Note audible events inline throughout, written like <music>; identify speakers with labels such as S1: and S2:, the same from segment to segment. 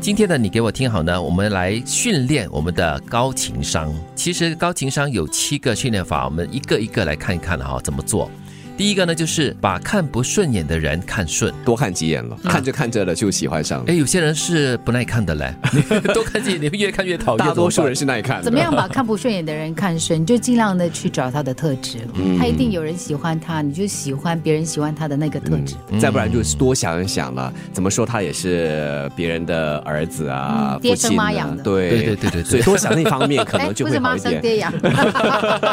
S1: 今天呢，你给我听好呢，我们来训练我们的高情商。其实高情商有七个训练法，我们一个一个来看一看哈、怎么做。第一个呢，就是把看不顺眼的人看顺。
S2: 多看几眼了，
S3: 嗯
S2: 看着看着了就喜欢上了
S1: 哎，。有些人是不耐看的嘞， <laughs> 多看几眼，你会越看越讨厌。
S2: 哦大多
S1: 怎
S2: 数
S1: 么办
S2: 人是耐看的。
S3: <laughs> 怎么样把看不顺眼的人看顺？你就尽量的去找他的特质，
S2: 嗯
S3: 他一定有人喜欢他，你就喜欢别人喜欢他的那个特质。
S2: 嗯
S1: 嗯
S2: 再不然就是多想一想了，怎么说他也是别人的儿子啊，
S3: 嗯
S2: 父
S3: 爹生
S2: 亲
S3: 妈
S2: 啊
S3: 养，的
S2: 对
S1: 对对对对对
S2: 所以多想那方面可
S3: 哎，
S2: 能就
S3: 不
S2: 会
S3: 是
S2: 好
S3: 妈
S2: 一
S3: 生
S2: 点。
S3: 爹养，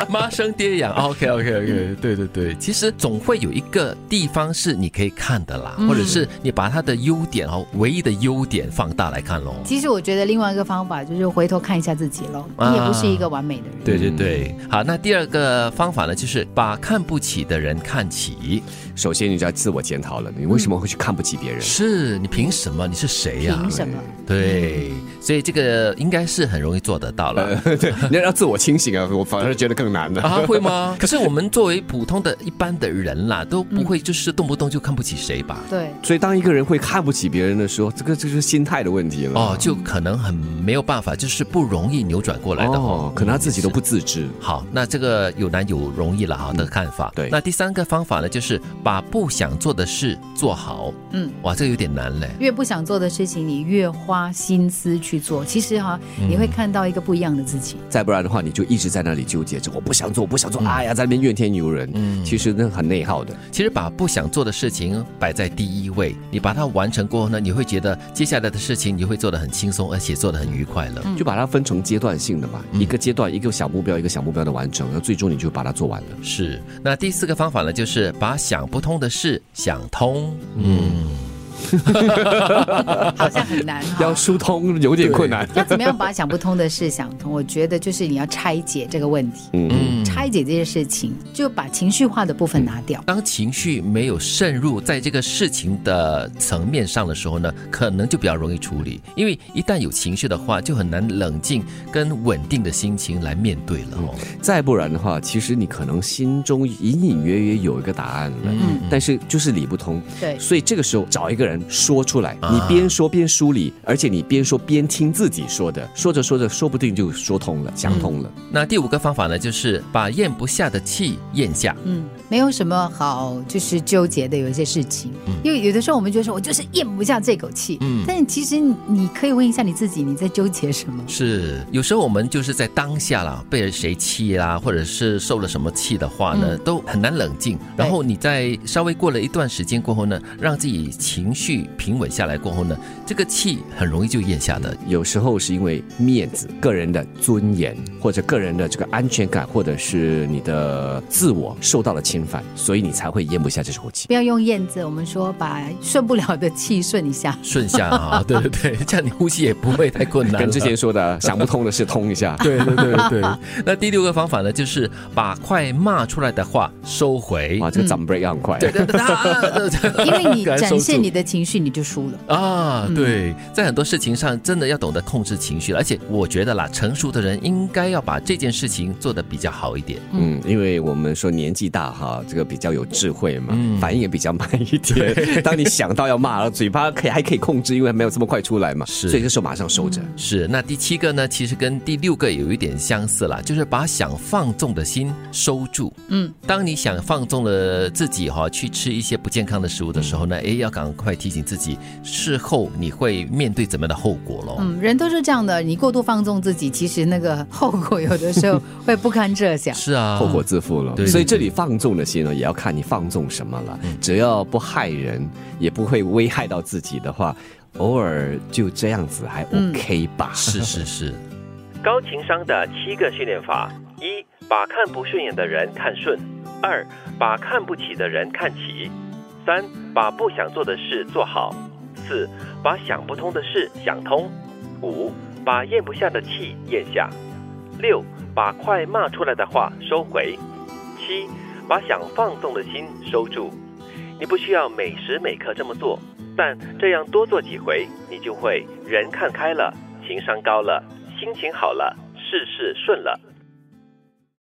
S1: 妈生爹养，OK OK OK，对对对，其实总会有一个地方是你可以看的
S2: 嗯
S1: 啦，或者是你把他的优点哦，唯一的优点放大来看喽。
S3: <laughs> 其实我觉得另外一个方法就是回头看一下自己
S2: <laughs>
S3: 咯，
S1: 啊
S3: 你也不是一个完美的人。
S1: 对对对，
S2: 嗯
S1: 好，那第二个方法呢，就是把看不起的人看起，
S2: 首先你就要自我检讨了，你为什么会去看不起别人？
S1: 是你凭什么？你是谁呀、
S3: 凭什么？
S1: 对，所以这个应该是很容易做得到了。
S2: 对，
S3: 嗯
S2: 你要让自我清醒啊，我反而觉得更难了。
S1: 啊，会
S2: <laughs>
S1: 吗？可是我们作为普通的一般的人啦，都不
S2: 嗯
S1: 会就是动不动就看不起谁吧？
S3: 对，
S2: 所以当一个人会看不起别人的时候，这个就是心态的问题了。
S1: 哦，就可能很没有办法，就是不容易扭转过来的哦
S2: 哦，。可能他自己都不自知。
S1: 好，那这个有难有容易了哈的看法。
S2: 对
S1: 那第三个方法呢，就是把不想做的事做好。
S3: 嗯，
S1: 哇，这个有点难嘞。
S3: 越不想做的事情，你越花心思去做。其实哈、
S2: 嗯
S3: 你会看到一个不一样的
S2: <laughs>
S3: 自己。
S2: 再不然的话，你就一直在那里纠结着，我不想做，我不想做，哎呀，在那边怨天尤人。其实那很内耗的。
S1: 其实把不想做的事情摆在第一位，你把它完成过后呢，你会觉得接下来的事情你会做得很轻松，而且做得很愉快了。
S2: 就把它分成阶段性的吧，一个阶段一个小目标，一个小目标的完成，然后最终你就把它做完了。
S1: 是，那第四个方法呢，就是把想不通的事想通。嗯，
S3: 好像很难哈。
S2: 要疏通有点困难。
S3: 要怎么样把想不通的事想通？我觉得就是你要拆解这个问题，
S2: 嗯，
S3: 拆解这些事情，就把情绪化的部分拿掉。
S1: 当情绪没有渗入在这个事情的层面上的时候呢，可能就比较容易处理，因为一旦有情绪的话，就很难冷静跟稳定的心情来面对了哦。
S2: 再不然的话，其实你可能心中隐隐约约有一个答案了，
S1: 嗯
S2: 但是就是理不通。
S3: 对
S2: 所以这个时候找一个人说出来，你
S1: 啊
S2: 边说边梳理，而且你边说边听自己说的，说着说着，说不定就说通了，想通了。
S1: 那第五个方法呢，就是把咽不下的气咽下。
S3: 嗯，没有什么好就是纠结的，有一些事情，因为有的时候我们觉得说，我就是咽不下这口气，
S1: 嗯
S3: 但其实你你可以问一下你自己，你在纠结什么？
S1: 是，有时候我们就是在当下啦，被谁气啦，或者是受了什么气的话呢，
S3: 嗯
S1: 都很难冷静。然后你在稍微过了一段时间过后呢，让自己情绪平稳下来过后呢，这个气很容易就咽下的。
S2: 有时候是因为面子、个人的尊严，或者个人的这个安全感，或者是你的自我受到了侵犯，所以你才会咽不下这口气。
S3: 不要用咽字，我们说把顺不了的气顺一下。
S1: 顺下
S3: <laughs>
S1: 啊，对对对，这样你呼吸也不会太困难了。
S2: 跟之前
S1: <laughs>
S2: 说的啊想不通的事通一下，
S1: 对对对对， <laughs> 那第六个方法呢，就是把快骂出来的话收回。
S2: 哇，这个 jump break 要很快。
S1: 嗯
S2: 啊
S1: 对对对，啊
S3: <laughs> 因为你
S1: 赶紧收
S3: 展现
S1: 住
S3: 你的情绪，你就输了。
S1: 啊，
S2: 嗯
S1: 对，在很多事情上真的要懂得控制情绪了，而且我觉得啦，成熟的人应该要把这件事情做得比较好一点。
S2: 嗯，因为我们说年纪大哈，这个比较有智慧嘛，
S1: 嗯
S2: 反应也比较慢一点。当你想到要骂了，嘴巴可以还可以控制，因为没有这么快出来嘛，
S1: 是
S2: 所以这时候马上收着。
S1: 是，那第七个呢，其实跟第六个有一点相似啦，就是把想放纵的心收住。
S3: 嗯，
S1: 当你想放纵了自己哈、去吃一些不健康的食物的时候呢，
S2: 嗯
S1: 诶，要赶快提醒自己，事后你会面对怎么样的后果咯。
S3: 嗯，人都是这样的，你过度放纵自己，其实那个后果有的时候会不堪设想。
S1: 是啊，
S2: 后果自负了。
S1: 对嗯
S2: 所以这里放纵的心呢，也要看你放纵什么了。只要不害人，也不会危害到自己的话，偶尔就这样子还 OK 吧。
S1: 嗯
S2: <laughs>
S1: 是是是。
S4: 高情商的七个训练法：一、把看不顺眼的人看顺；二、把看不起的人看齐；三、把不想做的事做好；四、把想不通的事想通；五、把咽不下的气咽下；六、把快骂出来的话收回；七、把想放纵的心收住。你不需要每时每刻这么做，但这样多做几回，你就会人看开了，情商高了，心情好了，事事顺了，